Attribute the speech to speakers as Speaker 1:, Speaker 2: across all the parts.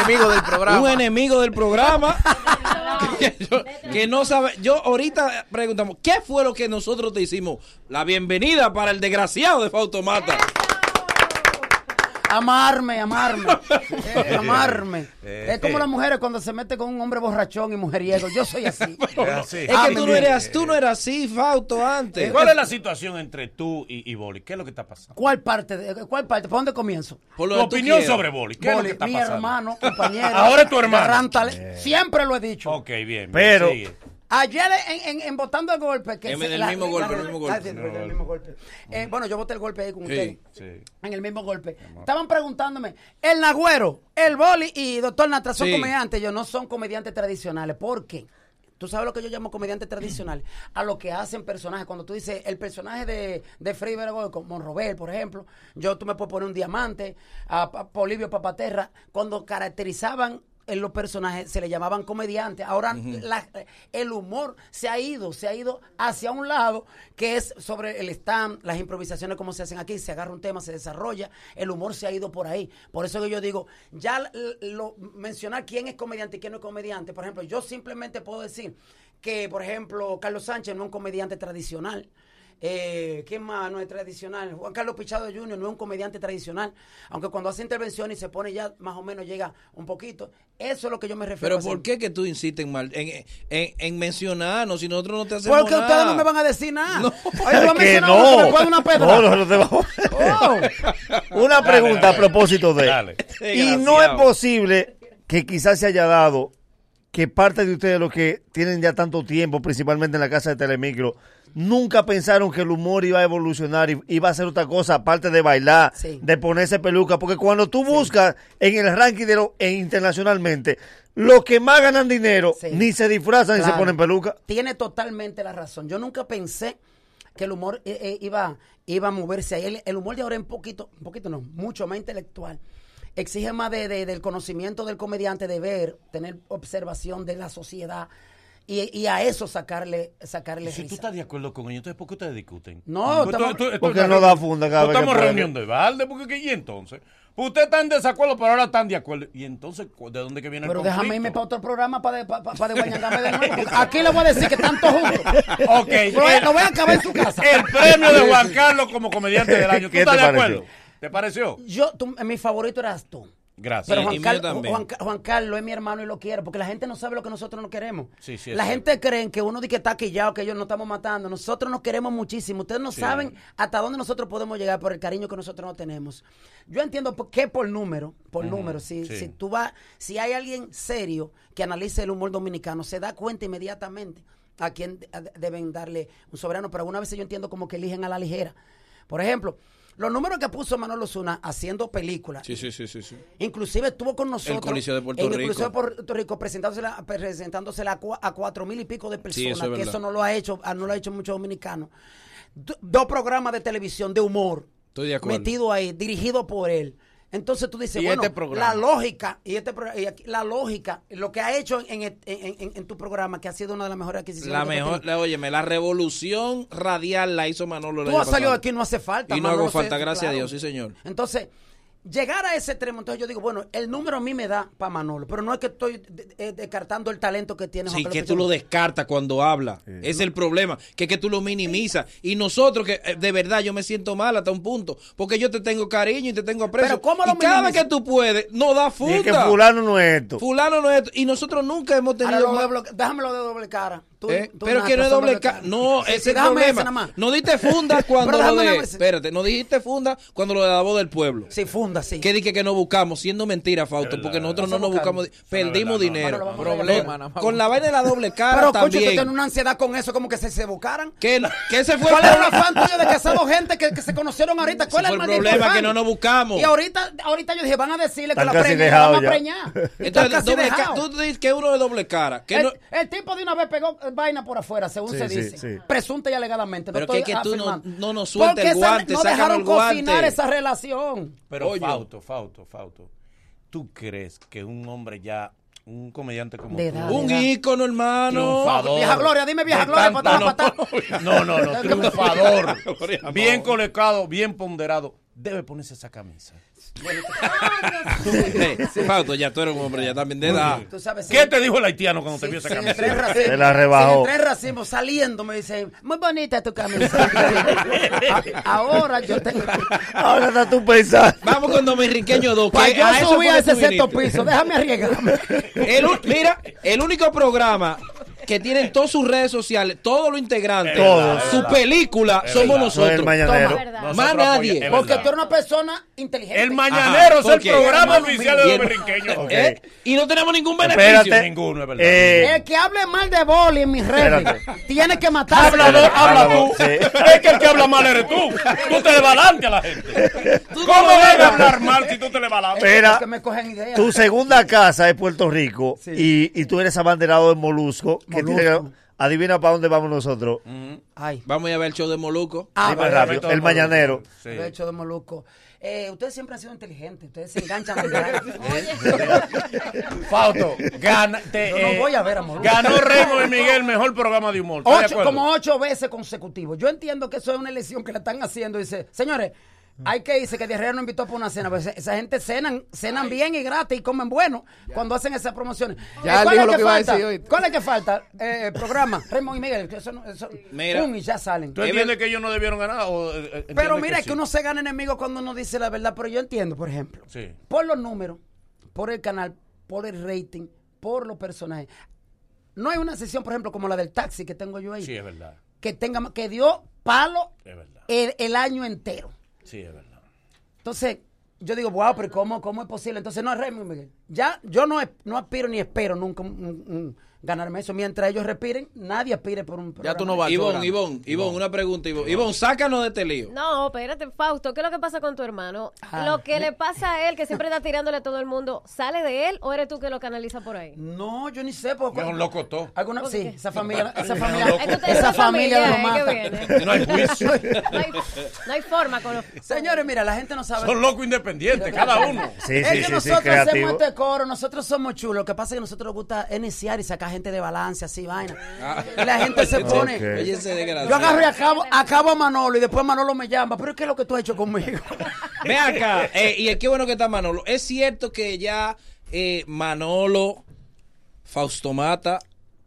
Speaker 1: enemigo del programa.
Speaker 2: Un enemigo del programa. que, yo- que no sabe. Yo ahorita preguntamos, ¿qué fue lo que nosotros te hicimos? La bienvenida para el desgraciado de Fautomata.
Speaker 3: Amarme, amarme. Eh, amarme.
Speaker 2: Eh,
Speaker 3: es como
Speaker 2: eh.
Speaker 3: las mujeres cuando se mete con un hombre borrachón y mujeriego. Yo soy así.
Speaker 2: Es
Speaker 3: Ah,
Speaker 2: que
Speaker 3: me
Speaker 2: tú no,
Speaker 3: entiendes.
Speaker 2: eras, tú no eras así, Fauto, antes.
Speaker 4: ¿Cuál es la situación entre tú y, y Boli? ¿Qué es lo que está pasando?
Speaker 3: ¿Cuál parte? de- ¿Cuál parte? ¿Por dónde comienzo?
Speaker 4: Por lo Tu que tú opinión quieras. sobre Boli. ¿Qué es lo que está
Speaker 3: mi
Speaker 4: pasando?
Speaker 3: hermano, compañero.
Speaker 4: Ahora es tu hermano. Eh.
Speaker 3: garranta- Siempre lo he dicho.
Speaker 4: Ok, bien. bien,
Speaker 5: Pero-
Speaker 4: sigue.
Speaker 3: Ayer en, en, en votando el golpe. Que
Speaker 4: Es
Speaker 3: se-
Speaker 4: del
Speaker 3: la-
Speaker 4: mismo
Speaker 3: la-
Speaker 4: golpe,
Speaker 3: la-
Speaker 4: del mismo
Speaker 3: la-
Speaker 4: golpe.
Speaker 3: del- del mismo golpe. Eh, bueno, yo voté el golpe ahí con ustedes.
Speaker 4: Sí, sí.
Speaker 3: En el mismo golpe. Estaban preguntándome, el Nagüero, el Boli y Doctor Natra son
Speaker 6: Sí.
Speaker 3: comediantes. Yo no son comediantes tradicionales. ¿Por qué? Tú sabes lo que yo llamo comediantes tradicionales. A lo que hacen personajes. Cuando tú dices el personaje de, de Freddy Vergó, como Robert, por ejemplo, yo tú me puedes poner un diamante, a, Pa- Polibio Papaterra. Cuando caracterizaban en los personajes, se le llamaban comediantes. Ahora
Speaker 7: Ujú.
Speaker 3: la- eh, el humor se ha ido, se ha ido hacia un lado que es sobre el stand, las improvisaciones como se hacen aquí, se agarra un tema, se desarrolla, el humor se ha ido por ahí. Por eso que yo digo, ya l- lo, mencionar quién es comediante y quién no es comediante, por ejemplo, yo simplemente puedo decir que, por ejemplo, Carlos Sánchez no es un comediante tradicional. Eh, ¿Quién más no es tradicional? Juan Carlos Pichado Jr. no es un comediante tradicional, aunque cuando hace intervenciones y se pone ya más o menos llega un poquito. Eso es lo que yo me refiero.
Speaker 2: Pero
Speaker 3: a hacer.
Speaker 2: ¿por qué que tú insistes en, mal- en, en, en mencionarnos si nosotros no te hacemos
Speaker 3: Porque
Speaker 2: nada?
Speaker 3: ustedes no me van a decir nada. Oye, tú vas a
Speaker 2: Que
Speaker 3: mencionar uno
Speaker 2: no.
Speaker 3: que me pone una pedra. Oh.
Speaker 5: No, no, no te vamos- Una
Speaker 4: Dale,
Speaker 5: pregunta
Speaker 4: dale.
Speaker 5: a propósito de.
Speaker 4: Dale.
Speaker 5: Y no es posible que quizás se haya dado que parte de ustedes, los que tienen ya tanto tiempo, principalmente en la casa de Telemicro, nunca pensaron que el humor iba a evolucionar y iba a ser otra cosa aparte de bailar,
Speaker 3: Sí.
Speaker 5: de ponerse peluca. Porque cuando tú buscas en el ranking de lo, e internacionalmente, los que más ganan dinero
Speaker 3: Sí.
Speaker 5: ni se disfrazan ni se
Speaker 3: Claro.
Speaker 5: ponen peluca.
Speaker 3: Tiene totalmente la razón. Yo nunca pensé que el humor eh, eh, iba, iba a moverse ahí. El, el humor de ahora es un poquito, un poquito no, mucho más intelectual. Exige más de- de- del conocimiento del comediante, de ver, tener observación de la sociedad y, y a eso sacarle, sacarle
Speaker 4: Si tú
Speaker 3: risa.
Speaker 4: estás de acuerdo con ellos, entonces ¿por qué ustedes discuten?
Speaker 3: No,
Speaker 4: Pues
Speaker 3: estamos-
Speaker 5: Porque
Speaker 4: es
Speaker 5: no
Speaker 4: una
Speaker 5: da
Speaker 4: reunión-
Speaker 5: funda cada
Speaker 4: no
Speaker 5: vez que
Speaker 4: Estamos
Speaker 5: puede.
Speaker 4: reunión de balde, porque ¿qué? y entonces. Pues ustedes están en desacuerdo, pero ahora están de acuerdo. ¿Y entonces cu- de dónde que viene
Speaker 3: Pero
Speaker 4: el conflicto?
Speaker 3: déjame irme para otro programa para de, pa- pa- pa' desguañangarme de nuevo. porque Aquí le voy a decir que tanto juntos.
Speaker 4: Ok. eh,
Speaker 3: Lo, lo voy a acabar en su casa.
Speaker 4: El premio de Juan Carlos como comediante del año. ¿Tú
Speaker 5: ¿Qué
Speaker 4: estás
Speaker 5: te
Speaker 4: de
Speaker 5: pareció?
Speaker 4: acuerdo? ¿Te pareció?
Speaker 3: Yo, tú- mi favorito eras tú.
Speaker 4: Gracias.
Speaker 3: Pero Juan,
Speaker 4: Y mío
Speaker 3: Carlos-
Speaker 4: también.
Speaker 3: Juan- Juan Carlos es mi hermano y lo quiero, porque la gente no sabe lo que nosotros no queremos.
Speaker 4: Sí, sí, es
Speaker 3: la
Speaker 4: cierto.
Speaker 3: gente cree que uno dice que está quillado, que ellos no estamos matando. Nosotros nos queremos muchísimo. Ustedes no
Speaker 4: Sí.
Speaker 3: saben hasta dónde nosotros podemos llegar por el cariño que nosotros no tenemos. Yo entiendo por qué por número, por
Speaker 4: Ujú,
Speaker 3: número, si,
Speaker 4: sí.
Speaker 3: si tú vas, si hay alguien serio que analice el humor dominicano, se da cuenta inmediatamente a quién de- a- deben darle un soberano, pero algunas veces yo entiendo como que eligen a la ligera. Por ejemplo, los números que puso Manolo Zuna haciendo películas,
Speaker 2: Sí, sí, sí, sí. sí.
Speaker 3: Inclusive estuvo con nosotros.
Speaker 2: El Coliseo de Puerto
Speaker 3: en El Coliseo de
Speaker 2: Rico.
Speaker 3: Puerto Rico presentándosela, presentándosela a, cua- a cuatro mil y pico de personas.
Speaker 2: Sí, eso es
Speaker 3: que
Speaker 2: verdad.
Speaker 3: eso no lo ha hecho, ah, no lo ha hecho muchos dominicanos. Do- dos programas de televisión de humor
Speaker 2: Estoy de acuerdo.
Speaker 3: metido ahí, dirigido por él. Entonces tú dices,
Speaker 2: Y
Speaker 3: bueno,
Speaker 2: este programa.
Speaker 3: la lógica, y este pro- y aquí- la lógica, lo que ha hecho en, en- en- en tu programa, que ha sido una de este las mejores adquisiciones.
Speaker 2: La
Speaker 3: que tú has
Speaker 2: mejor, la, óyeme, la revolución radial la hizo Manolo. el
Speaker 3: Tú
Speaker 2: año
Speaker 3: has salido
Speaker 2: pasado.
Speaker 3: de aquí, no hace falta.
Speaker 2: Y no
Speaker 3: Manolo,
Speaker 2: hago
Speaker 3: se-
Speaker 2: falta, gracias a
Speaker 3: claro.
Speaker 2: Dios, sí, señor.
Speaker 3: Entonces, llegar a ese extremo, entonces yo digo, bueno, el número a mí me da para Manolo, pero no es que estoy de- eh, descartando el talento que tiene. Juan
Speaker 2: Sí,
Speaker 3: Carlos
Speaker 2: que tú
Speaker 3: Pichardo.
Speaker 2: lo descartas cuando habla. Es el problema, que que tú lo minimizas. Y nosotros, que eh, de verdad yo me siento mal hasta un punto, porque yo te tengo cariño y te tengo aprecio.
Speaker 3: Pero ¿cómo lo
Speaker 2: y cada vez
Speaker 3: minimizas?
Speaker 2: que tú puedes, no da
Speaker 5: Y
Speaker 2: funda.
Speaker 5: es que fulano no es esto.
Speaker 2: Fulano no es esto. Y nosotros nunca hemos
Speaker 3: Ahora
Speaker 2: tenido...
Speaker 3: lo
Speaker 2: ma-
Speaker 3: de doble- déjamelo de doble cara. Tú-
Speaker 2: ¿Eh?
Speaker 3: tú
Speaker 2: Pero
Speaker 3: nada,
Speaker 2: que no es
Speaker 3: son
Speaker 2: doble cara. No, ese
Speaker 3: Sí, sí,
Speaker 2: es el
Speaker 3: déjame ese nada
Speaker 2: problema.
Speaker 3: más.
Speaker 2: No diste funda cuando lo
Speaker 3: Pero déjame
Speaker 2: de.
Speaker 3: nada más.
Speaker 2: Espérate, no dijiste funda cuando lo de la voz del pueblo.
Speaker 3: Sí, funda, sí.
Speaker 2: Que dije que no buscamos, siendo mentira, Fausto, porque nosotros no nos buscamos. Perdimos
Speaker 4: verdad, no,
Speaker 2: dinero.
Speaker 4: no lo vamos a
Speaker 2: Problema.
Speaker 4: llamar, nada más.
Speaker 2: Con la vaina de la doble cara
Speaker 3: Pero coño, tú
Speaker 2: también.
Speaker 3: tienes una ansiedad con eso, como que se, se buscaran.
Speaker 2: que, que ese fue el
Speaker 3: ¿Cuál era el
Speaker 2: problema.
Speaker 3: afán tuyo de casar dos gente que, que se conocieron ahorita? ¿Cuál
Speaker 2: Ese
Speaker 3: era el
Speaker 2: fue el
Speaker 3: maldito
Speaker 2: problema,
Speaker 3: afán?
Speaker 2: que no nos buscamos.
Speaker 3: Y ahorita, ahorita yo dije, van a decirle que
Speaker 5: Están
Speaker 3: la
Speaker 5: casi
Speaker 3: preñé, la
Speaker 5: dejados
Speaker 3: vamos a
Speaker 5: ya.
Speaker 3: preñar. Están
Speaker 2: Entonces,
Speaker 3: casi
Speaker 2: doble ca-
Speaker 3: dejados.
Speaker 2: tú dices que uno es doble cara. Que
Speaker 3: el,
Speaker 2: no-
Speaker 3: el tipo de una vez pegó eh, vaina por afuera, según
Speaker 5: Sí,
Speaker 3: se
Speaker 5: sí,
Speaker 3: dice.
Speaker 5: sí.
Speaker 3: Presunta y alegadamente.
Speaker 2: Pero
Speaker 3: no
Speaker 2: que
Speaker 3: estoy
Speaker 2: es que tú no-
Speaker 3: afirmando.
Speaker 2: no nos sueltes
Speaker 3: Porque
Speaker 2: el
Speaker 3: esa-
Speaker 2: guante,
Speaker 3: no
Speaker 2: sácame
Speaker 3: dejaron
Speaker 2: el guante.
Speaker 3: cocinar esa relación.
Speaker 4: Pero
Speaker 2: Oye.
Speaker 4: Fauto, Fauto, Fauto. ¿Tú crees que un hombre ya, un comediante como
Speaker 3: De
Speaker 4: tú,
Speaker 3: edad,
Speaker 2: un
Speaker 3: de edad.
Speaker 2: ícono, hermano.
Speaker 4: triunfador,
Speaker 3: Vieja Gloria, dime vieja
Speaker 4: de
Speaker 3: Gloria para
Speaker 4: tanta-
Speaker 3: todas las
Speaker 4: no, no, no, triunfador,
Speaker 2: Gloria, amor.
Speaker 4: bien colocado, bien ponderado, debe ponerse esa camisa.
Speaker 2: Eh, Fausto, ya tú eres un hombre ya también de edad.
Speaker 3: Tú sabes,
Speaker 4: ¿Qué
Speaker 3: sin-
Speaker 4: te dijo el haitiano cuando te
Speaker 3: sin-
Speaker 4: vio esa
Speaker 3: sin el
Speaker 4: camisa?
Speaker 3: tren racismo-
Speaker 5: Se la rebajó.
Speaker 3: sin el tren racismo, saliendo me dice, muy bonita tu camisa. A- Ahora yo tengo...
Speaker 5: Ahora estás tú pensando.
Speaker 2: Vamos con Dominriqueño 2.
Speaker 3: Para
Speaker 2: que a
Speaker 3: Pues yo
Speaker 2: eso
Speaker 3: subí
Speaker 2: fue
Speaker 3: a
Speaker 2: que
Speaker 3: ese
Speaker 2: tú
Speaker 3: sexto
Speaker 2: viniste.
Speaker 3: piso, déjame arriesgarme.
Speaker 2: El u- mira, el único programa que tiene en todas sus redes sociales, todos los integrantes,
Speaker 5: Todos.
Speaker 2: su película, somos
Speaker 5: Soy el
Speaker 2: nosotros.
Speaker 5: mañanero.
Speaker 1: Toma.
Speaker 4: Nosotros
Speaker 2: Más nadie.
Speaker 4: apoyamos- es
Speaker 3: Porque
Speaker 4: verdad.
Speaker 3: tú eres una persona inteligente.
Speaker 4: El mañanero es
Speaker 2: Ajá,
Speaker 4: el
Speaker 2: ok.
Speaker 4: programa
Speaker 3: Hermano
Speaker 4: oficial
Speaker 2: mío.
Speaker 4: de Dominriqueño.
Speaker 5: Ok.
Speaker 2: ¿Eh? Y no tenemos ningún beneficio.
Speaker 5: Espérate.
Speaker 4: Ninguno, es verdad.
Speaker 5: Eh,
Speaker 3: El que hable mal de boli en mis redes,
Speaker 5: Espérate.
Speaker 3: tiene que matar.
Speaker 4: Habla, no, habla
Speaker 5: Habla
Speaker 4: tú.
Speaker 5: vos, sí.
Speaker 4: Es que el que habla mal eres tú. Tú te le balante a la gente.
Speaker 2: Tú
Speaker 4: ¿Cómo
Speaker 2: no lo
Speaker 4: debe
Speaker 2: hagas.
Speaker 4: hablar mal si tú te le balantes?
Speaker 5: Espera.
Speaker 3: Que me cogen ideas.
Speaker 5: Tu segunda casa es Puerto Rico y, y tú eres abanderado de Molusco. que
Speaker 3: Molusco.
Speaker 5: tiene- adivina para dónde vamos nosotros.
Speaker 3: Ay.
Speaker 2: Vamos a ir a ver el show de Moluco.
Speaker 3: Ah,
Speaker 5: Dime
Speaker 3: vale.
Speaker 5: rápido,
Speaker 4: Todo
Speaker 5: el
Speaker 4: Molusco.
Speaker 5: mañanero.
Speaker 4: Sí.
Speaker 3: Lo he hecho de Moluco. Eh, ustedes siempre han sido inteligentes. Ustedes se enganchan. a
Speaker 4: Fausto, gana, te,
Speaker 3: Yo no
Speaker 4: eh,
Speaker 3: voy a ver a Molusco.
Speaker 4: Ganó Remo y Miguel, mejor programa de humor. ¿Estás de
Speaker 3: ocho,
Speaker 4: acuerdo?
Speaker 3: como ocho veces consecutivos. Yo entiendo que eso es una elección que la están haciendo. Dice, señores, hay que irse que Diarrea no invitó para una cena. Pues esa gente cenan, cenan bien y gratis y comen bueno cuando hacen esas promociones. Eh,
Speaker 6: Ya él
Speaker 3: ¿Cuál es
Speaker 6: dijo lo
Speaker 3: que
Speaker 6: que iba a
Speaker 3: falta?
Speaker 6: decir hoy.
Speaker 3: ¿Cuál es que falta? Eh, programa, Remo y Miguel. Eso, no- eso-
Speaker 2: Mira.
Speaker 3: pum, y ya salen.
Speaker 4: ¿Tú entiendes que ellos no debieron ganar? o, eh, entiendes
Speaker 3: Pero mira, es
Speaker 4: sí?
Speaker 3: que uno se gana enemigos cuando uno dice la verdad, pero yo entiendo, por ejemplo,
Speaker 4: Sí.
Speaker 3: por los números, por el canal, por el rating, por los personajes. No hay una sesión, por ejemplo, como la del taxi que tengo yo ahí,
Speaker 4: Sí, es verdad.
Speaker 3: que tenga ma- que dio palo
Speaker 4: Es verdad.
Speaker 3: el, el año entero.
Speaker 4: Sí, es verdad.
Speaker 3: Entonces, yo digo, wow, pero ¿cómo, cómo es posible? Entonces, no, Raymond Miguel, ya yo no, es- no aspiro ni espero nunca un- un- un ganarme eso. Mientras ellos respiren, nadie aspire por un
Speaker 6: Ya
Speaker 3: programa.
Speaker 6: tú no vas.
Speaker 2: Ivonne,
Speaker 6: Ivonne.
Speaker 2: Ivonne, Ivonne, una pregunta, Ivonne. Ivonne, sácanos de este lío.
Speaker 1: No, espérate, Fausto, ¿qué es lo que pasa con tu hermano?
Speaker 3: Ah.
Speaker 1: lo que le pasa a él, que siempre está tirándole a todo el mundo, ¿sale de él o eres tú que lo canaliza por ahí?
Speaker 3: No, yo ni sé. Porque,
Speaker 4: Es un locotó.
Speaker 3: Alguna, sí, esa familia, esa familia,
Speaker 4: loco.
Speaker 1: Esto te dice
Speaker 3: esa
Speaker 1: tu
Speaker 3: familia lo
Speaker 1: eh,
Speaker 3: mata.
Speaker 1: que viene.
Speaker 4: No hay juicio.
Speaker 1: No hay, no hay forma con los...
Speaker 3: Señores, mira, la gente no sabe.
Speaker 4: Son locos independientes, cada uno.
Speaker 5: Sí,
Speaker 3: es que
Speaker 5: sí, sí, sí,
Speaker 3: nosotros hacemos
Speaker 5: creativo.
Speaker 3: este coro, nosotros somos chulos. Lo que pasa es que a nosotros nos gusta iniciar y sacar gente de balance, así, vaina.
Speaker 2: Ah.
Speaker 3: Y la gente se pone.
Speaker 5: Ok.
Speaker 2: Oye, ese desgraciado.
Speaker 3: Yo agarro y acabo, acabo a Manolo y después Manolo me llama. Pero ¿qué es lo que tú has hecho conmigo?
Speaker 2: Ve acá, eh, y qué bueno que está Manolo. Es cierto que ya eh, Manolo, Faustomata,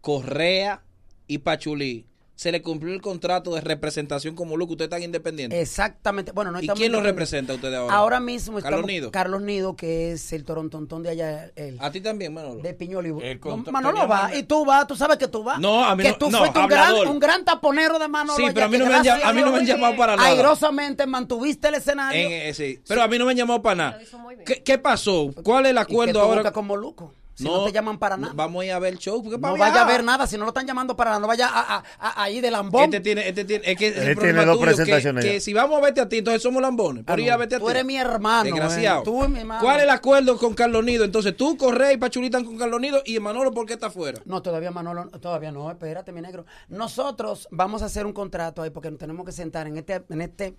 Speaker 2: Correa y Pachulí se le cumplió el contrato de representación como Luke. Ustedes están independientes.
Speaker 3: Exactamente. Bueno, no
Speaker 2: ¿Y
Speaker 3: Eh, estamos
Speaker 2: quién los
Speaker 3: independientes.
Speaker 2: representa a ustedes ahora?
Speaker 3: Ahora mismo estamos
Speaker 2: Carlos Nido. Ah,
Speaker 3: Carlos Nido, que es el torontontón de allá, el
Speaker 2: a ti también, Manolo.
Speaker 3: de Piñol y-
Speaker 4: El
Speaker 3: No,
Speaker 4: contra-
Speaker 3: Manolo
Speaker 4: tenía
Speaker 3: va,
Speaker 4: Manolo.
Speaker 3: y tú vas, tú sabes que tú vas.
Speaker 2: No, a mí
Speaker 3: que
Speaker 2: no-
Speaker 3: tú
Speaker 2: no,
Speaker 3: fuiste un gran,
Speaker 2: hablador.
Speaker 3: un gran taponero de Manolo.
Speaker 2: Sí,
Speaker 3: allá,
Speaker 2: pero a mí
Speaker 3: que
Speaker 2: no me han
Speaker 3: gracias
Speaker 2: llam- a mí
Speaker 3: Dios,
Speaker 2: no me han llamado para nada.
Speaker 3: Airosamente mantuviste el escenario.
Speaker 2: En ese- Pero a mí no me han llamado para
Speaker 1: Lo
Speaker 2: nada.
Speaker 1: hizo muy bien.
Speaker 2: ¿Qué, qué pasó? ¿Cuál es el
Speaker 3: Y que tú
Speaker 2: acuerdo
Speaker 3: buscas
Speaker 2: ahora?
Speaker 3: con Moluco. Si no, te llaman para nada.
Speaker 2: Vamos a ir a ver el show. porque
Speaker 3: no
Speaker 2: para
Speaker 3: vaya a
Speaker 2: allá.
Speaker 3: ver nada. Si no lo están llamando para nada, no vaya a, a- a- ahí de lambón.
Speaker 2: Este tiene, este tiene, es que es el
Speaker 5: Él tiene
Speaker 2: problema
Speaker 5: dos
Speaker 2: tuyo, que-
Speaker 5: presentaciones
Speaker 2: Que,
Speaker 5: ya.
Speaker 2: si vamos a verte a ti, entonces somos lambones.
Speaker 3: Ah,
Speaker 2: Por
Speaker 3: no.
Speaker 2: ir a verte a ti.
Speaker 3: Tú eres mi hermano,
Speaker 2: Desgraciado.
Speaker 3: eh. Tú eres mi hermano.
Speaker 2: ¿Cuál es el acuerdo con Carlos Nido? Entonces tú, Correa y Pachulita con Carlos Nido y Manolo, ¿por qué está afuera?
Speaker 3: No, todavía Manolo, todavía no, espérate, mi negro. Nosotros vamos a hacer un contrato ahí porque nos tenemos que sentar en este, en este,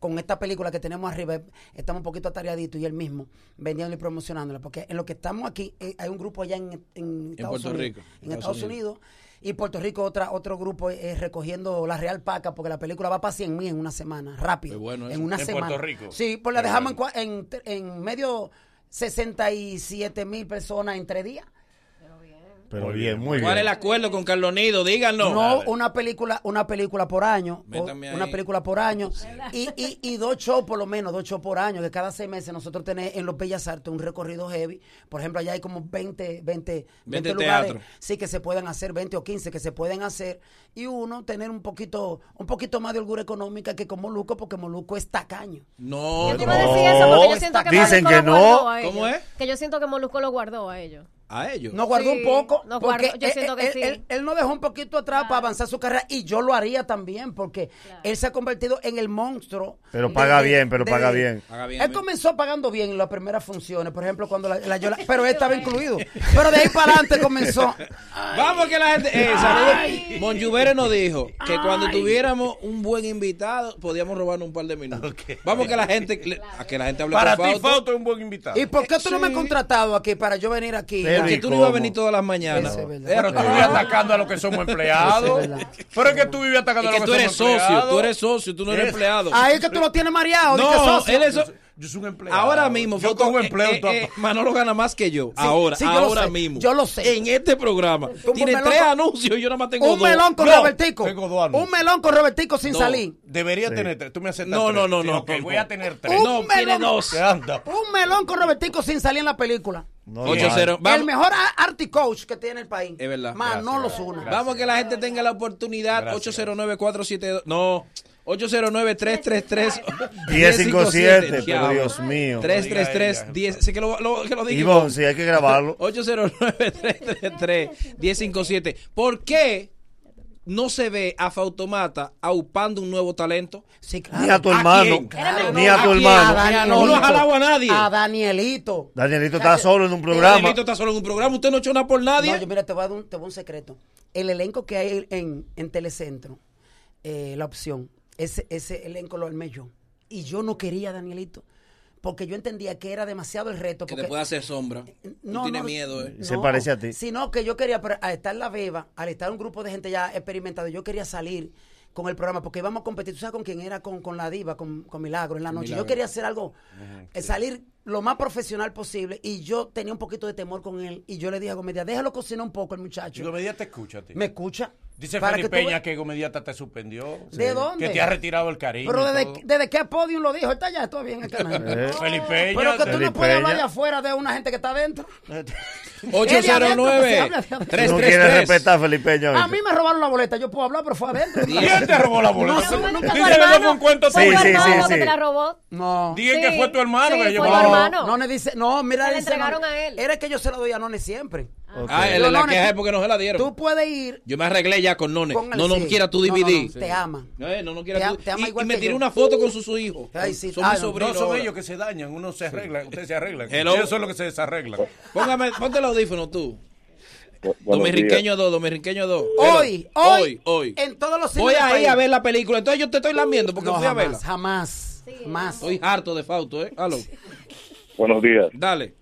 Speaker 3: con esta película que tenemos arriba, estamos un poquito atareaditos y él mismo vendiendo y promocionándola, porque en lo que estamos aquí, eh, hay un grupo allá en, en Estados
Speaker 2: Puerto
Speaker 3: Unidos.
Speaker 2: Rico,
Speaker 3: En Estados, Unidos. Y Puerto Rico, otra, otro grupo eh, recogiendo la Real Paca, porque la película va para 100 mil en una semana, rápido.
Speaker 2: Qué bueno
Speaker 3: en
Speaker 2: eso.
Speaker 3: una
Speaker 4: En
Speaker 3: semana.
Speaker 4: Puerto Rico.
Speaker 3: Sí, pues la dejamos en cua- en, tre- en medio 67 mil personas en tres días.
Speaker 5: Pero bien, muy
Speaker 2: ¿Cuál es el
Speaker 5: bien.
Speaker 2: acuerdo con Carlos Nido? Díganos.
Speaker 3: No, una película, una película por año. o-
Speaker 2: Métame ahí.
Speaker 3: Una película por año. Y, y, y dos shows por lo menos, dos shows por año, que cada seis meses nosotros tenemos en los Bellas Artes un recorrido heavy. Por ejemplo, allá hay como 20, 20, 20,
Speaker 2: 20
Speaker 3: lugares.
Speaker 2: teatros.
Speaker 3: Sí, que se pueden hacer, 20 o 15 que se pueden hacer. Y uno tener un poquito, un poquito más de holgura económica que con Moluco, porque Moluco es tacaño.
Speaker 2: No,
Speaker 1: Yo te
Speaker 2: no.
Speaker 1: iba a decir eso porque yo siento que
Speaker 5: Dicen
Speaker 1: Molusco
Speaker 5: que
Speaker 1: lo guardó
Speaker 5: no.
Speaker 1: a ellos.
Speaker 2: ¿Cómo es?
Speaker 1: Que yo siento que Molusco lo guardó a ellos.
Speaker 2: A ellos.
Speaker 3: No guardó
Speaker 1: Sí,
Speaker 3: un poco.
Speaker 1: nos
Speaker 3: porque
Speaker 1: guardó, yo
Speaker 3: él,
Speaker 1: siento que
Speaker 3: él-
Speaker 1: sí.
Speaker 3: él- él nos dejó un poquito atrás para avanzar su carrera y yo lo haría también porque él se ha convertido en el monstruo.
Speaker 5: Pero
Speaker 3: de-
Speaker 5: paga
Speaker 3: de-
Speaker 5: bien, pero
Speaker 3: de-
Speaker 5: paga bien.
Speaker 2: Paga bien,
Speaker 3: Él
Speaker 2: bien.
Speaker 3: comenzó pagando bien en las primeras funciones, por ejemplo, cuando la, la Yola- pero él estaba incluido. Pero de ahí para adelante comenzó.
Speaker 2: Vamos que la gente... Eh, saludos. Monjuvere nos dijo que cuando tuviéramos un buen invitado podíamos robarnos un par de minutos.
Speaker 4: Ok.
Speaker 2: Vamos que la gente... A que la gente hable
Speaker 4: Para
Speaker 2: con
Speaker 4: ti,
Speaker 2: Fausto.
Speaker 4: Fausto es un buen invitado.
Speaker 3: ¿Y por qué tú no me has contratado aquí para yo venir aquí?
Speaker 2: que, que tú no ibas a venir todas las mañanas.
Speaker 3: Eso es verdad. Ah.
Speaker 2: Era
Speaker 4: Pero tú vives atacando a los que somos empleados.
Speaker 3: Eso es verdad.
Speaker 4: Pero es que tú vives atacando
Speaker 2: Es
Speaker 4: a
Speaker 2: que
Speaker 4: los
Speaker 2: tú
Speaker 4: que
Speaker 2: eres
Speaker 4: somos empleados.
Speaker 2: socio, tú eres socio, tú no eres
Speaker 4: Es-
Speaker 2: empleado.
Speaker 3: Ahí es que tú lo tienes mareado. di que
Speaker 2: No,
Speaker 3: socio.
Speaker 2: él es so-
Speaker 4: Yo soy un empleado.
Speaker 2: Ahora mismo,
Speaker 4: Yo
Speaker 2: Fausto,
Speaker 4: cojo
Speaker 2: eh,
Speaker 4: empleo.
Speaker 2: eh,
Speaker 4: todo.
Speaker 2: eh, Manolo gana más que yo. ahora,
Speaker 3: sí, yo lo
Speaker 2: ahora
Speaker 3: sé,
Speaker 2: mismo.
Speaker 3: yo lo sé.
Speaker 2: En este programa.
Speaker 3: Un
Speaker 2: Tiene
Speaker 3: melón
Speaker 2: tres
Speaker 3: con-
Speaker 2: anuncios y yo nada más tengo
Speaker 3: Un
Speaker 2: dos.
Speaker 3: melón con
Speaker 4: No,
Speaker 3: Robertico.
Speaker 4: tengo dos anuncios.
Speaker 3: Un melón con Robertico sin
Speaker 2: No.
Speaker 3: salir.
Speaker 4: Debería tener tres. Tú me aceptas
Speaker 2: No,
Speaker 4: tres.
Speaker 2: no, no,
Speaker 4: Sí,
Speaker 2: no,
Speaker 4: ok,
Speaker 2: por
Speaker 4: voy
Speaker 2: favor.
Speaker 4: a tener tres.
Speaker 3: Un
Speaker 2: No, tiene
Speaker 3: melón.
Speaker 2: dos.
Speaker 4: ¿Qué anda?
Speaker 3: Un melón con Robertico sin salir en la película.
Speaker 5: No, no.
Speaker 2: 8-0.
Speaker 3: El
Speaker 2: Vamos,
Speaker 3: mejor a- art y coach que tiene el país.
Speaker 2: Es verdad.
Speaker 3: Manolo Zuna.
Speaker 2: vamos que la gente tenga la oportunidad.
Speaker 4: Gracias.
Speaker 2: 809-472. No. 809-333.
Speaker 5: siete,
Speaker 2: 1057.
Speaker 5: pero Dios mío.
Speaker 2: 333-10. Sí, que lo, lo- que lo diga.
Speaker 5: Ivonne, sí, hay que grabarlo.
Speaker 2: 809-333-1057. ¿Por qué no se ve a Fautomata aupando un nuevo talento?
Speaker 3: Sí, claro.
Speaker 5: Ni a tu
Speaker 2: ¿A
Speaker 5: hermano.
Speaker 2: quién?
Speaker 5: Ni a tu
Speaker 2: ¿A quién?
Speaker 5: hermano.
Speaker 2: Mira, no lo ha jalado a nadie.
Speaker 3: A Danielito.
Speaker 5: Danielito está solo en un programa.
Speaker 2: Danielito está solo en un programa. Usted no echó nada por
Speaker 3: No,
Speaker 2: nadie.
Speaker 3: yo, mira, te voy a dar un, te voy a un secreto. El elenco que hay en, en Telecentro, eh, la opción, ese, ese elenco lo armé yo. Y yo no quería a Danielito. Porque yo entendía que era demasiado el reto.
Speaker 2: que
Speaker 3: porque-
Speaker 2: te puede hacer sombra. No,
Speaker 3: No,
Speaker 2: tiene
Speaker 3: no,
Speaker 2: miedo, ¿eh?
Speaker 3: no,
Speaker 5: Se parece a ti.
Speaker 3: Sino que yo quería, pero al estar la beba, al estar un grupo de gente ya experimentada, yo quería salir con el programa, porque íbamos a competir, tú sabes con quién era, con, con la diva, con, con Milagro en la noche.
Speaker 2: Milagro.
Speaker 3: Yo quería hacer algo, eh, salir lo más profesional posible, y yo tenía un poquito de temor con él, y yo le dije a Gomedia, déjalo cocinar un poco el muchacho.
Speaker 4: Yo media te escucha, tío.
Speaker 3: ¿Me escucha?
Speaker 4: Dice
Speaker 3: Para
Speaker 4: Felipe
Speaker 3: que tú
Speaker 4: Peña
Speaker 3: veas-
Speaker 4: que Gomediata te suspendió.
Speaker 3: ¿De dónde?
Speaker 4: Que te ha retirado el cariño.
Speaker 3: Pero
Speaker 4: y
Speaker 3: desde,
Speaker 4: todo.
Speaker 3: desde qué podium lo dijo, está ya, está bien el canal.
Speaker 5: Eh.
Speaker 4: Felipe
Speaker 3: Pero que
Speaker 4: Peña.
Speaker 3: tú
Speaker 5: Felipe
Speaker 3: no puedes hablar
Speaker 5: Peña.
Speaker 3: de afuera de una gente que está adentro.
Speaker 5: No quiere respetar
Speaker 2: 333
Speaker 5: a Felipe Peña.
Speaker 3: A mí me robaron la boleta, yo puedo hablar, pero fue adentro.
Speaker 4: ¿Quién te robó la boleta?
Speaker 3: No, no, nunca
Speaker 4: Dice
Speaker 3: tu
Speaker 4: que
Speaker 3: hermano.
Speaker 4: no fue un cuento
Speaker 5: Sí,
Speaker 1: Fue
Speaker 4: tuyo.
Speaker 1: tu
Speaker 5: sí,
Speaker 1: hermano
Speaker 5: sí,
Speaker 1: que
Speaker 5: sí.
Speaker 1: te la robó.
Speaker 3: No.
Speaker 4: Dije
Speaker 1: Sí,
Speaker 4: que fue tu hermano
Speaker 1: sí,
Speaker 4: que la llevó.
Speaker 1: fue tu
Speaker 4: No.
Speaker 1: hermano.
Speaker 3: No, no, neces- no, mira,
Speaker 1: Se la
Speaker 3: dice, no.
Speaker 1: entregaron a él.
Speaker 3: Era que yo se la doy a None siempre.
Speaker 2: Ah, él es la
Speaker 3: Lones,
Speaker 2: queja
Speaker 3: tú-
Speaker 2: es porque no se la dieron.
Speaker 3: Tú puedes ir.
Speaker 2: Yo me arreglé ya con None.
Speaker 3: Con el
Speaker 2: No, no
Speaker 3: sí.
Speaker 2: quiera tu
Speaker 3: No, no, no,
Speaker 2: DVD.
Speaker 3: te aman.
Speaker 2: No, eh, no, no
Speaker 3: Te
Speaker 2: quiera
Speaker 3: am-
Speaker 2: tu
Speaker 3: te ama
Speaker 2: y-
Speaker 3: igual
Speaker 2: Y me
Speaker 3: que
Speaker 2: tiré
Speaker 3: yo.
Speaker 2: una foto con su, su hijo.
Speaker 3: Ay, sí.
Speaker 2: Son
Speaker 3: Ah,
Speaker 2: mis
Speaker 3: no, no
Speaker 2: sobrinos.
Speaker 4: No son
Speaker 2: ahora.
Speaker 4: ellos que se dañan, uno se arregla, ustedes se arreglan.
Speaker 2: Hello.
Speaker 4: Ellos son los que se desarreglan.
Speaker 2: Póngame, ponte el audífono tú.
Speaker 6: Bu- buenos días.
Speaker 2: Dominriqueño 2, Dominriqueño 2.
Speaker 3: Hoy, hoy,
Speaker 2: hoy, hoy.
Speaker 3: En todos los
Speaker 2: Voy
Speaker 3: del
Speaker 2: ahí
Speaker 3: país.
Speaker 2: a ver la película. Entonces yo te estoy lamiendo porque
Speaker 3: No,
Speaker 2: fui a verla.
Speaker 3: jamás, jamás. jamás.
Speaker 2: Estoy harto de Fausto, ¿eh? Aló.
Speaker 6: Buenos días.
Speaker 2: Dale.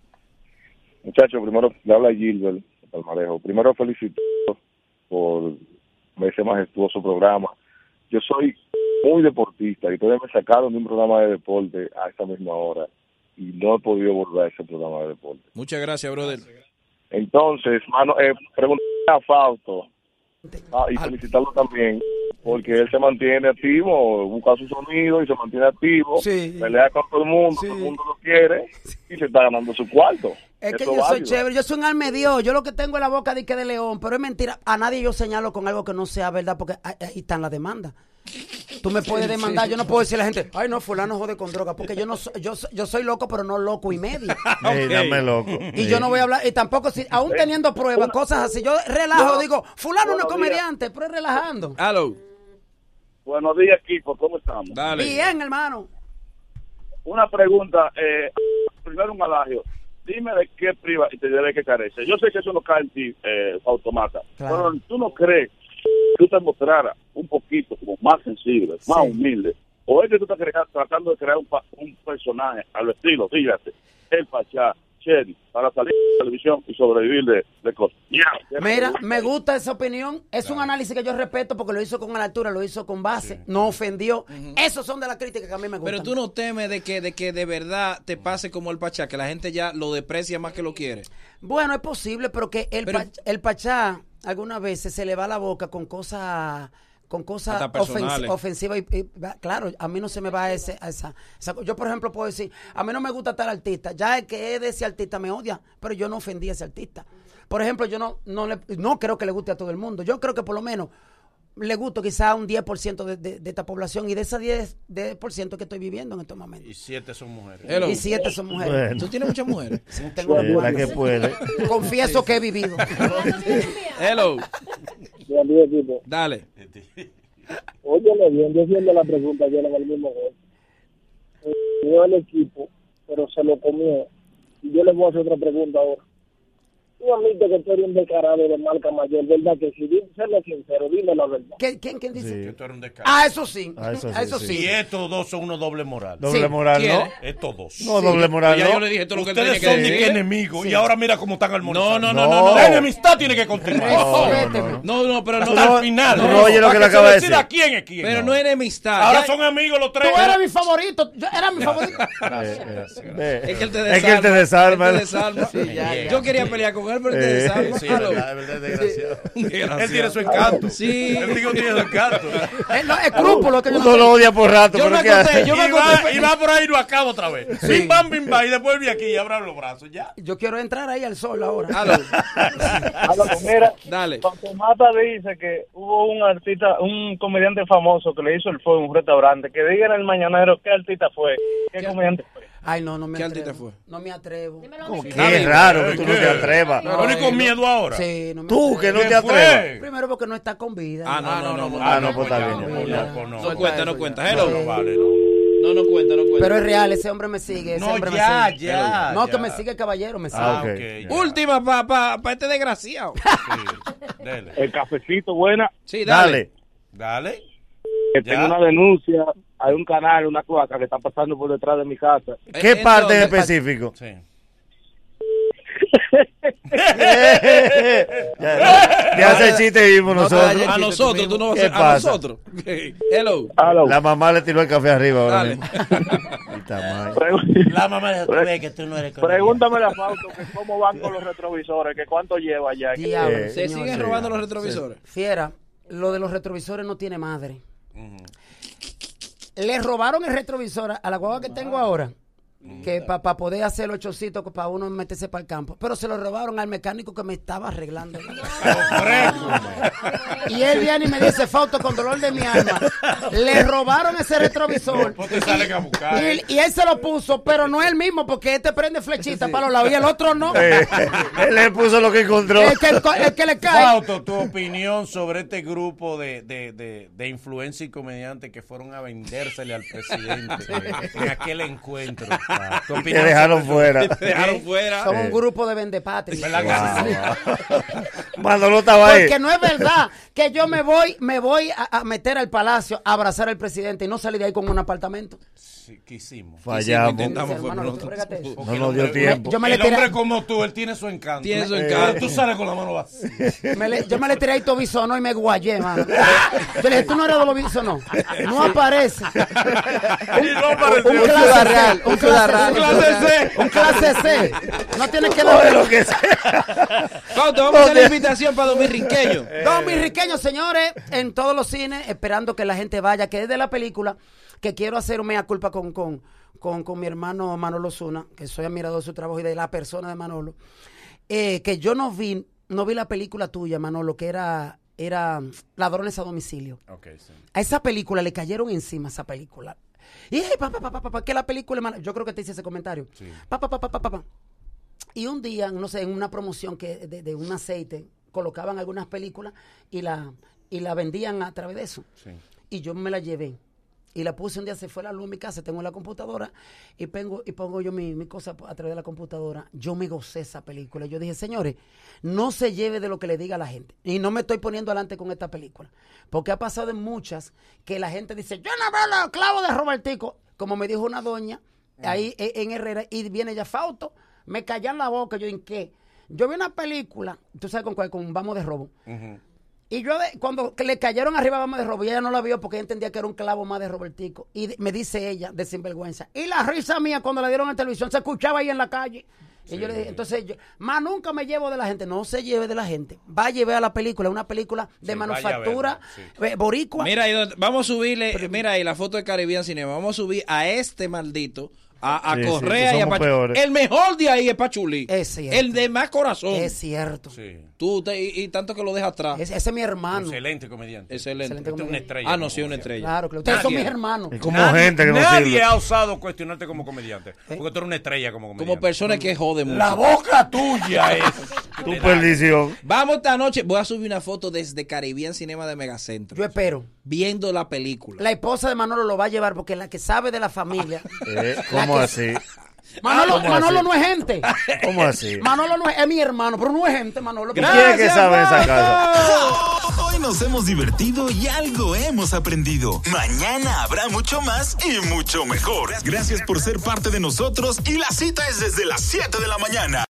Speaker 6: Muchachos, primero le habla Gilbert Palmarejo. Primero felicito por ese majestuoso programa. Yo soy muy deportista y ustedes me sacaron de un programa de deporte a esa misma hora y no he podido volver a ese programa de deporte.
Speaker 2: Muchas gracias, brother.
Speaker 6: Entonces, mano, eh, preguntarle a Fausto ah, y felicitarlo también, porque él se mantiene activo, busca su sonido y se mantiene activo,
Speaker 3: Sí.
Speaker 6: pelea con todo el mundo, todo el mundo lo quiere y se está ganando su cuarto.
Speaker 3: Es que
Speaker 6: Eso
Speaker 3: yo soy
Speaker 6: válido.
Speaker 3: chévere, yo soy un almedio, yo lo que tengo en la boca de que de león, pero es mentira, a nadie yo señalo con algo que no sea verdad, porque ahí ahí están las demandas. Tú me puedes demandar, yo no puedo decirle a la gente, ay no, fulano jode con droga, porque yo no soy, yo, soy- yo soy loco, pero no loco y medio.
Speaker 5: Ey, dame loco.
Speaker 3: Y yo no voy a hablar, y tampoco, si, aún teniendo pruebas, cosas así, yo relajo, digo, fulano no es
Speaker 6: buenos
Speaker 3: comediante, pero es relajando.
Speaker 2: Aló.
Speaker 6: Buenos días, equipo. ¿Cómo estamos?
Speaker 2: Dale.
Speaker 3: Bien, hermano.
Speaker 6: Una pregunta. Eh, primero, un adagio. Dime de qué priva y te diré que carece. Yo sé que eso no cae en ti, eh, automata.
Speaker 3: Claro.
Speaker 6: Pero tú no crees que tú te mostraras un poquito como más sensible, más
Speaker 3: Sí.
Speaker 6: humilde. O es que tú estás crea- tratando de crear un, pa- un personaje al estilo, fíjate, el Pachá, Chedi, para salir de la televisión y sobrevivir de, de cosas. Ya.
Speaker 3: Mira, me gusta esa opinión. Es un análisis que yo respeto porque lo hizo con la altura, lo hizo con base, no ofendió. Esos son de las críticas que a mí me gustan.
Speaker 2: Pero tú no temes de que, de que de verdad te pase como el Pachá, que la gente ya lo deprecia más que lo quiere.
Speaker 3: Bueno, es posible, pero que el,
Speaker 2: Pero-
Speaker 3: pach- el Pachá algunas veces se le va la boca con cosas con cosas
Speaker 2: Hasta personales.
Speaker 3: ofens- ofensivas. y- y va- claro, a mí no se me va ese, a esa, esa co- Yo, por ejemplo, puedo decir, a mí no me gusta tal artista. Ya el que es de ese artista me odia, pero yo no ofendí a ese artista. Por ejemplo, yo no, no, le- no creo que le guste a todo el mundo. Yo creo que por lo menos le gusto quizá a un 10% de, de- de esta población y de esa 10, 10% que estoy viviendo en estos
Speaker 4: Y
Speaker 3: momentos.
Speaker 4: siete son mujeres.
Speaker 2: Hello.
Speaker 3: Y siete son mujeres.
Speaker 5: Bueno,
Speaker 2: Tú tienes muchas mujeres.
Speaker 3: Tengo
Speaker 5: eh, la
Speaker 3: cuatro.
Speaker 5: que puede.
Speaker 3: Confieso que he vivido.
Speaker 2: Hello.
Speaker 7: Buen día, equipo.
Speaker 2: Dale.
Speaker 4: Este,
Speaker 7: Óyeme bien, yo siendo la pregunta, yo era el mismo gol. Eh, Yo el equipo, pero se lo comió. Y yo le voy a hacer otra pregunta ahora. Tú admites que tú eres un descarado de marca mayor, ¿verdad? Que si dime, serle sincero, dime la verdad.
Speaker 3: ¿Qué- ¿Quién, quién dice?
Speaker 5: Sí.
Speaker 4: Esto era este, un descaro.
Speaker 3: Ah, eso sí.
Speaker 5: Ah, eso sí,
Speaker 3: Ah, eso
Speaker 5: sí.
Speaker 3: sí.
Speaker 4: Y estos dos son unos doble moral.
Speaker 5: Doble
Speaker 3: Sí.
Speaker 5: moral, ¿no?
Speaker 2: ¿Quiere?
Speaker 4: Estos dos.
Speaker 5: No, doble moral,
Speaker 2: Ya
Speaker 5: ¿no?
Speaker 2: yo le dije todo lo que él tenía
Speaker 4: Ustedes
Speaker 2: que
Speaker 4: son ni
Speaker 2: decir.
Speaker 4: que enemigos y ahora mira cómo están
Speaker 2: No,
Speaker 4: armonizados.
Speaker 2: no,
Speaker 5: No.
Speaker 2: no, no,
Speaker 4: La
Speaker 2: no.
Speaker 4: enemistad tiene que continuar.
Speaker 3: Respéteme.
Speaker 2: No, no, pero
Speaker 5: Tú
Speaker 4: Hasta
Speaker 5: no-
Speaker 2: no.
Speaker 4: el final.
Speaker 5: tú no oyes lo que
Speaker 4: Para
Speaker 5: le
Speaker 4: se
Speaker 5: acaba de
Speaker 4: decida
Speaker 5: decir.
Speaker 4: quién es quién.
Speaker 2: Pero no enemistad.
Speaker 4: Ahora
Speaker 2: Ya-
Speaker 4: son amigos los tres.
Speaker 3: Tú eres mi favorito. Yo era mi favorito.
Speaker 5: Eh,
Speaker 2: Es que él te
Speaker 5: es que él te
Speaker 2: desarma.
Speaker 5: desarma.
Speaker 2: él te desarma.
Speaker 3: Sí, ya, ya.
Speaker 2: Yo quería pelear con él, pero él te
Speaker 5: Eh,
Speaker 2: desarma.
Speaker 8: Sí, es verdad, es Ah, verdad, es desgraciado.
Speaker 4: Él tiene su encanto.
Speaker 2: Sí.
Speaker 4: El tigre tiene su encanto.
Speaker 3: Es lo- Eh, escrúpulo que yo
Speaker 5: Uno lo odia por rato,
Speaker 2: Yo
Speaker 5: pero
Speaker 2: me
Speaker 5: ¿qué
Speaker 2: acosté,
Speaker 5: hace?
Speaker 2: yo me
Speaker 4: y, va,
Speaker 2: acosté.
Speaker 4: y va por ahí y lo acaba otra vez. Bim bam, bim bam. Y después viene aquí y abre los brazos. Ya.
Speaker 3: Yo quiero entrar ahí al sol ahora.
Speaker 2: Aló,
Speaker 7: Aló, mira,
Speaker 2: Dale.
Speaker 7: Fautomata dice que hubo un artista, un comediante famoso que le hizo el fuego en un restaurante. Que digan el mañanero qué artista fue, qué, comediante fue.
Speaker 3: Ay, no, no me
Speaker 2: ¿Qué
Speaker 3: atrevo.
Speaker 2: altita fue?
Speaker 3: No me atrevo.
Speaker 1: Dímelo
Speaker 5: Como
Speaker 1: dónde
Speaker 5: que
Speaker 1: está.
Speaker 5: es raro que tú no te atrevas.
Speaker 4: El único
Speaker 3: no.
Speaker 4: miedo ahora.
Speaker 3: Sí, no me
Speaker 5: Tú,
Speaker 3: atrevo.
Speaker 5: que no
Speaker 4: ¿Qué
Speaker 5: te
Speaker 4: fue?
Speaker 5: atrevas.
Speaker 3: Primero porque no está con vida.
Speaker 2: Ah, no, no, no.
Speaker 5: Ah, no, pues
Speaker 4: ya,
Speaker 5: está bien,
Speaker 4: no,
Speaker 5: ya.
Speaker 4: no, pues no.
Speaker 2: No cuenta, no cuenta.
Speaker 4: No,
Speaker 2: Hello.
Speaker 4: no vale, no.
Speaker 2: No, no cuenta, no
Speaker 3: Pero
Speaker 2: cuenta.
Speaker 3: es real, ese hombre me sigue. Ese
Speaker 4: No,
Speaker 3: hombre
Speaker 4: ya,
Speaker 3: me sigue.
Speaker 4: ya.
Speaker 3: No,
Speaker 4: ya.
Speaker 3: que me sigue el caballero, me sigue.
Speaker 5: Ah,
Speaker 4: Ok,
Speaker 5: ok.
Speaker 4: ya.
Speaker 2: Última para pa, pa este desgraciado.
Speaker 4: Sí, Dele.
Speaker 6: Eh,
Speaker 7: El cafecito, buena.
Speaker 2: Sí, dale.
Speaker 5: Dale.
Speaker 4: Dale.
Speaker 7: Que
Speaker 4: Ya.
Speaker 7: tengo una denuncia. Hay un canal, una cloaca que está pasando por detrás de mi casa.
Speaker 5: ¿Qué
Speaker 2: ¿En
Speaker 5: parte en
Speaker 2: dónde?
Speaker 5: específico?
Speaker 4: Sí.
Speaker 5: ya, ya hace chiste vimos nosotros.
Speaker 2: A nosotros, tú no vas a
Speaker 5: ¿Qué
Speaker 2: ser. A
Speaker 5: pasa?
Speaker 2: nosotros. Hello.
Speaker 7: Aló.
Speaker 5: La mamá le tiró el café arriba ahora
Speaker 2: Dale.
Speaker 5: mismo. Y está mal.
Speaker 7: Pregu-
Speaker 8: La mamá de ve que tú no eres con
Speaker 7: Pregúntame a Fausto que cómo van con los retrovisores, que cuánto lleva ya. que-
Speaker 3: Diablo,
Speaker 5: Eh,
Speaker 2: Se
Speaker 3: señor.
Speaker 2: siguen robando los retrovisores.
Speaker 3: Fiera, lo de los retrovisores no tiene madre. Le robaron el retrovisor a- a la guagua que tengo ahora. Que para poder hacer los chocitos para uno meterse para el campo. Pero se lo robaron al mecánico que me estaba arreglando. y él viene y me dice, Fausto, con dolor de mi alma. Le robaron ese retrovisor.
Speaker 4: Pues te salen a buscar. eh.
Speaker 3: Y, y él se lo puso, pero no el mismo, porque este prende flechita para los lados y el otro no.
Speaker 5: Eh, él le puso lo que encontró.
Speaker 3: El que, el que le cae.
Speaker 4: Fausto, tu opinión sobre este grupo de, de, de, de influencers y comediantes que fueron a vendérsele al presidente en aquel encuentro. Tu
Speaker 5: Y
Speaker 4: opinión
Speaker 5: te dejaron
Speaker 4: sobre-
Speaker 5: fuera.
Speaker 2: Te dejaron fuera.
Speaker 3: Son un grupo de vendepatrias.
Speaker 4: ¿Verdad que sí?
Speaker 5: Manolo estaba ahí.
Speaker 3: Porque no es verdad que yo me voy, me voy a, a meter al palacio a abrazar al presidente y no salir de ahí con un apartamento.
Speaker 4: Sí, ¿Qué hicimos?
Speaker 2: Quisimos,
Speaker 5: Fallamos.
Speaker 2: Intentamos, fue,
Speaker 3: Hermano,
Speaker 2: pero
Speaker 3: no te fregaste eso.
Speaker 2: no-
Speaker 5: No nos dio tiempo.
Speaker 3: Yo me le
Speaker 4: el
Speaker 3: tiré-
Speaker 4: hombre como tú, él tiene su encanto.
Speaker 2: Tiene su
Speaker 4: Eh,
Speaker 2: encanto.
Speaker 4: Tú sales con la mano vacía.
Speaker 3: Me le- yo me le tiré ahí todo bisono y me guayé, mano. Yo le dije, tú no eres de los bisonos. No aparece.
Speaker 4: Y no apareció.
Speaker 3: Un
Speaker 4: Un
Speaker 3: clase C. Un
Speaker 4: ciudadano.
Speaker 3: clase C. Un clase C. No tiene que ver.
Speaker 5: Lo que sea.
Speaker 2: Fausto, vamos a hacer la invitación para Dominriqueño.
Speaker 3: Dominriqueños, señores, en todos los cines, esperando que la gente vaya, que es de la película, que quiero hacer un mea culpa con, con, con, con mi hermano Manolo Zuna, que soy admirador de su trabajo y de la persona de Manolo, eh, que yo no vi, no vi la película tuya, Manolo, que era, era Ladrones a domicilio.
Speaker 4: Ok, sí.
Speaker 3: A esa película le cayeron encima esa película. Y "Ey, pa, pa, pa, pa, pa, pa, que la película, hermano. Yo creo que te hice ese comentario. Pa, pa, pa, pa, pa, pa, pa. Y un día, no sé, en una promoción que de, de un aceite, colocaban algunas películas y la, y la vendían a través de eso. Y yo me la llevé. Y la puse un día, se fue la luz en mi casa, tengo la computadora y, pongo y pongo yo mi, mi cosa a través de la computadora. Yo me gocé esa película. Yo dije, señores, no se lleve de lo que le diga la gente. Y no me estoy poniendo adelante con esta película. Porque ha pasado en muchas que la gente dice, yo no veo los clavos de Robertico. Como me dijo una doña ahí e- en Herrera y viene ya Fausto, me callan la boca. Yo, ¿en qué? Yo vi una película, tú sabes con cuál, con Vamos de Robo. Y yo de- cuando que le cayeron arriba vamos de robo, y ella no la vio porque ella entendía que era un clavo más de Robertico. Y de- me dice ella, de sinvergüenza. Y la risa mía cuando la dieron en televisión se escuchaba ahí en la calle. Y yo le dije, entonces yo, más nunca me llevo de la gente, no se lleve de la gente. Va a llevar a la película, una película de
Speaker 4: Sí, vaya a
Speaker 3: manufactura,
Speaker 4: verla,
Speaker 3: eh, boricua.
Speaker 2: Mira, ahí donde- vamos a subirle, mira ahí la foto de Caribbean Cinema. Vamos a subir a este maldito, a, a
Speaker 5: Sí, sí,
Speaker 2: Correa
Speaker 5: que
Speaker 2: y a
Speaker 5: somos
Speaker 2: Pachuli.
Speaker 5: peores.
Speaker 2: El mejor de ahí es Pachuli.
Speaker 3: Es cierto.
Speaker 2: el de más corazón.
Speaker 3: es cierto.
Speaker 4: Sí.
Speaker 2: Tú te- y, y tanto que lo dejas atrás.
Speaker 3: Ese, ese es mi hermano.
Speaker 4: Excelente comediante.
Speaker 2: Excelente.
Speaker 3: excelente
Speaker 4: Este es una
Speaker 3: comediante.
Speaker 4: estrella.
Speaker 2: Ah, no, sí,
Speaker 4: como
Speaker 2: una
Speaker 4: decía.
Speaker 2: estrella.
Speaker 3: Claro, claro. Ustedes son
Speaker 4: Nadie.
Speaker 3: mis hermanos.
Speaker 5: Es como
Speaker 4: Nadie-
Speaker 5: gente que no
Speaker 4: Nadie
Speaker 5: sirve.
Speaker 4: ha osado cuestionarte como comediante. Porque tú eres una estrella como comediante.
Speaker 2: Como persona que jode mucho.
Speaker 4: La boca tuya es.
Speaker 5: Tu perdición.
Speaker 2: Vamos esta noche. Voy a subir una foto desde Caribbean Cinema de Megacentro.
Speaker 3: Yo espero.
Speaker 2: viendo la película.
Speaker 3: La esposa de Manolo lo va a llevar porque es la que sabe de la familia.
Speaker 5: Eh,
Speaker 3: La
Speaker 5: ¿Cómo
Speaker 3: que-
Speaker 5: así?
Speaker 4: Ah,
Speaker 3: Manolo,
Speaker 5: ¿Cómo
Speaker 3: Manolo
Speaker 5: así?
Speaker 3: no es gente.
Speaker 5: ¿Cómo así?
Speaker 3: Manolo no es, es mi hermano, pero no es gente, Manolo.
Speaker 5: ¿Y quién es que sabe de esa casa?
Speaker 9: Hoy nos hemos divertido y algo hemos aprendido. Mañana habrá mucho más y mucho mejor. Gracias por ser parte de nosotros y la cita es desde las 7 de la mañana.